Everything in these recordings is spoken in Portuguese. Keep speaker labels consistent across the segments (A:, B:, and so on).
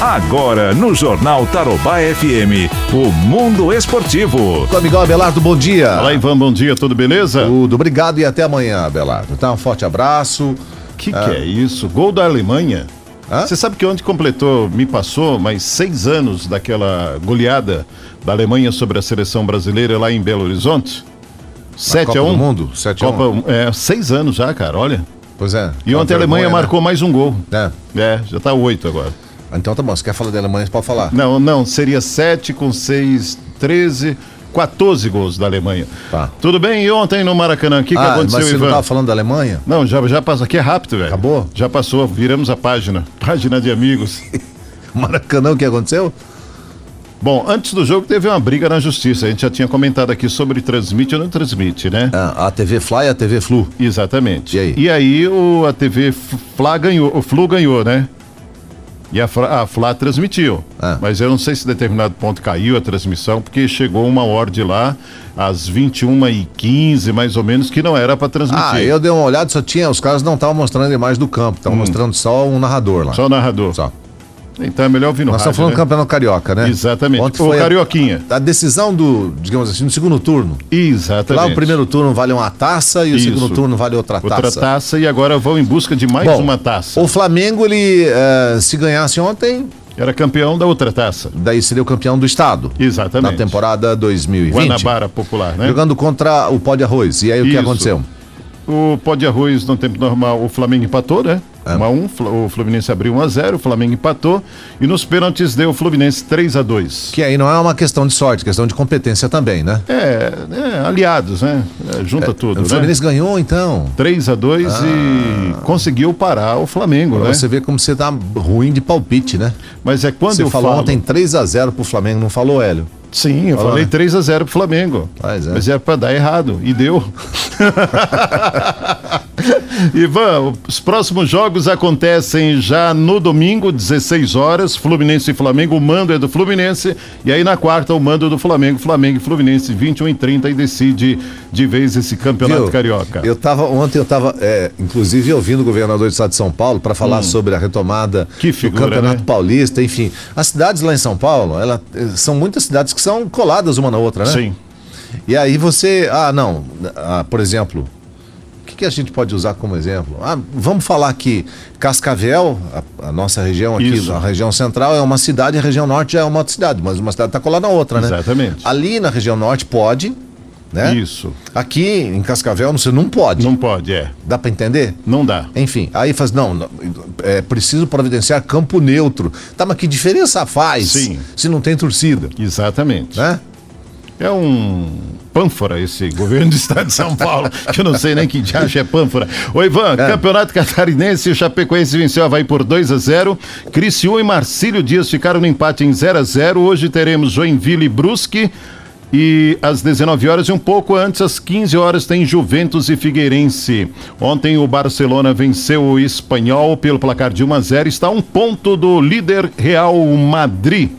A: Agora, no Jornal Tarobá FM, o Mundo Esportivo.
B: Com o Miguel Abelardo, bom dia.
C: Fala, Ivan, bom dia, tudo beleza?
B: Tudo, obrigado e até amanhã, Abelardo. Tá, um forte abraço.
C: Que que é isso? Gol da Alemanha?
B: Ah. Hã?
C: Você sabe que ontem completou, me passou, mais seis anos daquela goleada da Alemanha sobre a seleção brasileira lá em Belo Horizonte? 7
B: Copa
C: a 1
B: do Mundo, 7 a 1.
C: Copa, é, seis anos já, cara, olha.
B: Pois é.
C: E ontem a Alemanha marcou mais um gol.
B: Né?
C: É, já tá oito agora.
B: É. Então tá bom, você quer falar da Alemanha, você pode falar.
C: Não, não, seria 7 com 6, 13, 14 gols da Alemanha.
B: Tá.
C: Tudo bem, e ontem no Maracanã, o que, que
B: ah, mas
C: aconteceu,
B: você não
C: Ivan?
B: tava falando da Alemanha?
C: Não, já, já passou. Aqui é rápido, velho.
B: Acabou?
C: Já passou, viramos a página. Página de amigos.
B: Maracanã, o que aconteceu?
C: Bom, antes do jogo teve uma briga na justiça. A gente já tinha comentado aqui sobre transmite ou não transmite, né?
B: Ah, a TV Fly e a TV Flu.
C: Exatamente.
B: E aí?
C: o, a TV Fla ganhou, o Flu ganhou, né? E a Fla, a Fla transmitiu.
B: Ah.
C: Mas eu não sei se em determinado ponto caiu a transmissão, porque chegou uma ordem lá, às 21h15, mais ou menos, que não era para transmitir.
B: Ah, eu dei uma olhada, só tinha, os caras não estavam mostrando a imagem do campo, estavam mostrando só um narrador lá.
C: Hum. Só o narrador.
B: Só.
C: Então é melhor ouvir no
B: Nós
C: rádio,
B: estamos falando
C: né?
B: do campeonato carioca, né?
C: Exatamente.
B: Ontem
C: Ô,
B: foi a-
C: Carioquinha.
B: A, decisão do, digamos assim, do segundo turno.
C: Exatamente.
B: Lá o primeiro turno vale uma taça e o
C: Isso.
B: segundo turno vale outra taça.
C: Outra taça. e agora vão em busca de mais uma taça.
B: O Flamengo, ele, eh, se ganhasse ontem,
C: Era campeão da outra taça.
B: daí seria o campeão do estado.
C: Exatamente.
B: Na temporada 2020.
C: Guanabara Popular, né?
B: Jogando contra o pó de arroz. E aí o que
C: Isso.
B: aconteceu?
C: O pó de arroz no tempo normal, o Flamengo empatou, né?
B: É.
C: 1 a 1, Fla- o Fluminense abriu 1 a 0, o Flamengo empatou e nos pênaltis deu o Fluminense 3 a 2.
B: Que aí não é uma questão de sorte, questão de competência também, né?
C: É, é, aliados, né? É, junta tudo,
B: o
C: né?
B: Fluminense ganhou, então.
C: 3 a 2 e conseguiu parar o Flamengo, né?
B: Você vê como você tá ruim de palpite, né?
C: Mas é quando
B: Você
C: eu
B: falou
C: falo...
B: ontem 3 a 0 pro Flamengo, não falou, Hélio?
C: Sim, eu
B: Fala,
C: falei
B: né?
C: 3 a 0 pro Flamengo.
B: Pois é.
C: Mas era pra dar errado e deu. Ivan, os próximos jogos acontecem já no domingo, 16 horas, Fluminense e Flamengo, o mando é do Fluminense, e aí na quarta o mando é do Flamengo, Flamengo e Fluminense 21 e 30 e decide de vez esse campeonato
B: Viu?
C: carioca.
B: Eu tava, ontem eu estava, inclusive, ouvindo o governador do estado de São Paulo para falar sobre a retomada
C: Hum. Que figura,
B: do Campeonato
C: né?
B: Paulista, enfim. As cidades lá em São Paulo, ela, eh, são muitas cidades que são coladas uma na outra, né?
C: Sim.
B: E aí você, ah, não, ah, por exemplo, o que, que a gente pode usar como exemplo? Ah, vamos falar que Cascavel, a, a nossa região aqui,
C: Isso.
B: a região central é uma cidade, a região norte já é uma outra cidade, mas uma cidade está colada na outra, né?
C: Exatamente.
B: Ali na região norte pode, né?
C: Isso.
B: Aqui em Cascavel você não pode.
C: Não pode, é.
B: Dá para entender?
C: Não dá.
B: Enfim, aí faz, não, não, é preciso providenciar campo neutro. Tá, mas que diferença faz
C: Sim.
B: se não tem torcida,
C: Exatamente.
B: né?
C: É um pânfora esse governo do estado de São Paulo, que eu não sei nem que diacho é pânfora. Ô Ivan, campeonato catarinense, o Chapecoense venceu a Havaí por 2 a 0 Criciúma e Marcílio Dias ficaram no empate em 0 a 0 Hoje teremos Joinville e Brusque. E às 19 horas e um pouco antes, às 15 horas, tem Juventus e Figueirense. Ontem o Barcelona venceu o Espanhol pelo placar de 1 a 0 Está a um ponto do líder Real Madrid.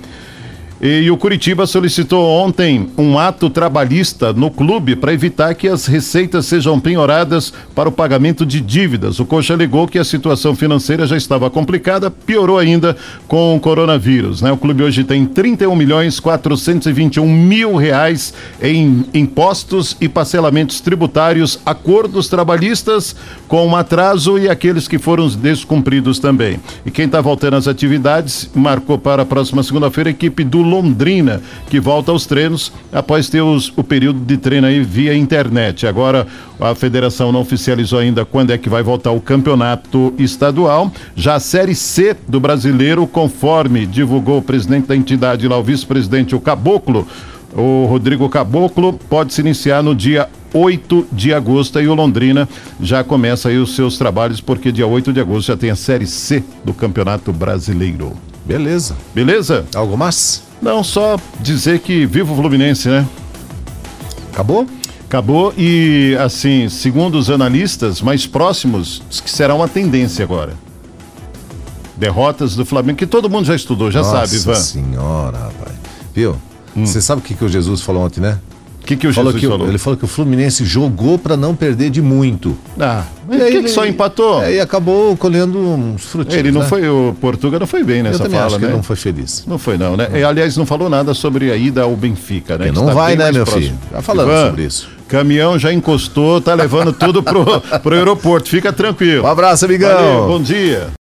C: E o Curitiba solicitou ontem um ato trabalhista no clube para evitar que as receitas sejam penhoradas para o pagamento de dívidas. O Coxa alegou que a situação financeira já estava complicada, piorou ainda com o coronavírus. né? O clube hoje tem 31 milhões 421 mil reais em impostos e parcelamentos tributários, acordos trabalhistas com atraso e aqueles que foram descumpridos também. E quem está voltando às atividades marcou para a próxima segunda-feira a equipe do Londrina, que volta aos treinos após ter os- o período de treino aí via internet. Agora a federação não oficializou ainda quando é que vai voltar o campeonato estadual. Já a Série C do brasileiro, conforme divulgou o presidente da entidade lá, o vice-presidente, o Caboclo, o Rodrigo Caboclo pode se iniciar no dia 8 de agosto e o Londrina já começa aí os seus trabalhos porque dia 8 de agosto já tem a Série C do Campeonato Brasileiro.
B: Beleza.
C: Beleza?
B: Algo mais?
C: Não, só dizer que viva o Fluminense, né?
B: Acabou?
C: Acabou e, assim, segundo os analistas mais próximos, diz que será uma tendência agora. Derrotas do Flamengo, que todo mundo já estudou, já
B: Nossa
C: sabe, Ivan.
B: senhora, rapaz. Viu? Você sabe o que, que o Jesus falou ontem, né?
C: que, que o
B: Falou
C: Jesus
B: que o-
C: falou?
B: Ele falou que o Fluminense jogou para não perder de muito.
C: Ah, mas
B: E
C: por
B: aí
C: que,
B: ele-
C: que só empatou?
B: Aí acabou colhendo uns frutinhos.
C: ele não
B: né?
C: foi, o Portuga não foi bem
B: Eu
C: nessa
B: também
C: fala,
B: acho que
C: né?
B: ele não foi feliz.
C: Não foi não, né? E, aliás, não falou nada sobre a ida ao Benfica, né?
B: Porque
C: Que
B: não
C: está
B: vai,
C: bem
B: né,
C: mais
B: meu
C: próximo.
B: filho? Já falamos
C: Ivan,
B: sobre isso.
C: Caminhão já encostou, tá levando tudo pro, pro aeroporto. Fica tranquilo.
B: Um abraço, amigão.
C: Valeu, bom dia.